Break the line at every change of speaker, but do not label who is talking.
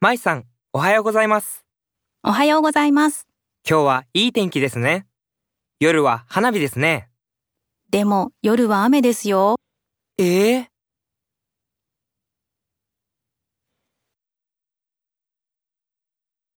まいさん、おはようございます。
おはようございます。
今日はいい天気ですね。夜は花火ですね。
でも夜は雨ですよ。
ええ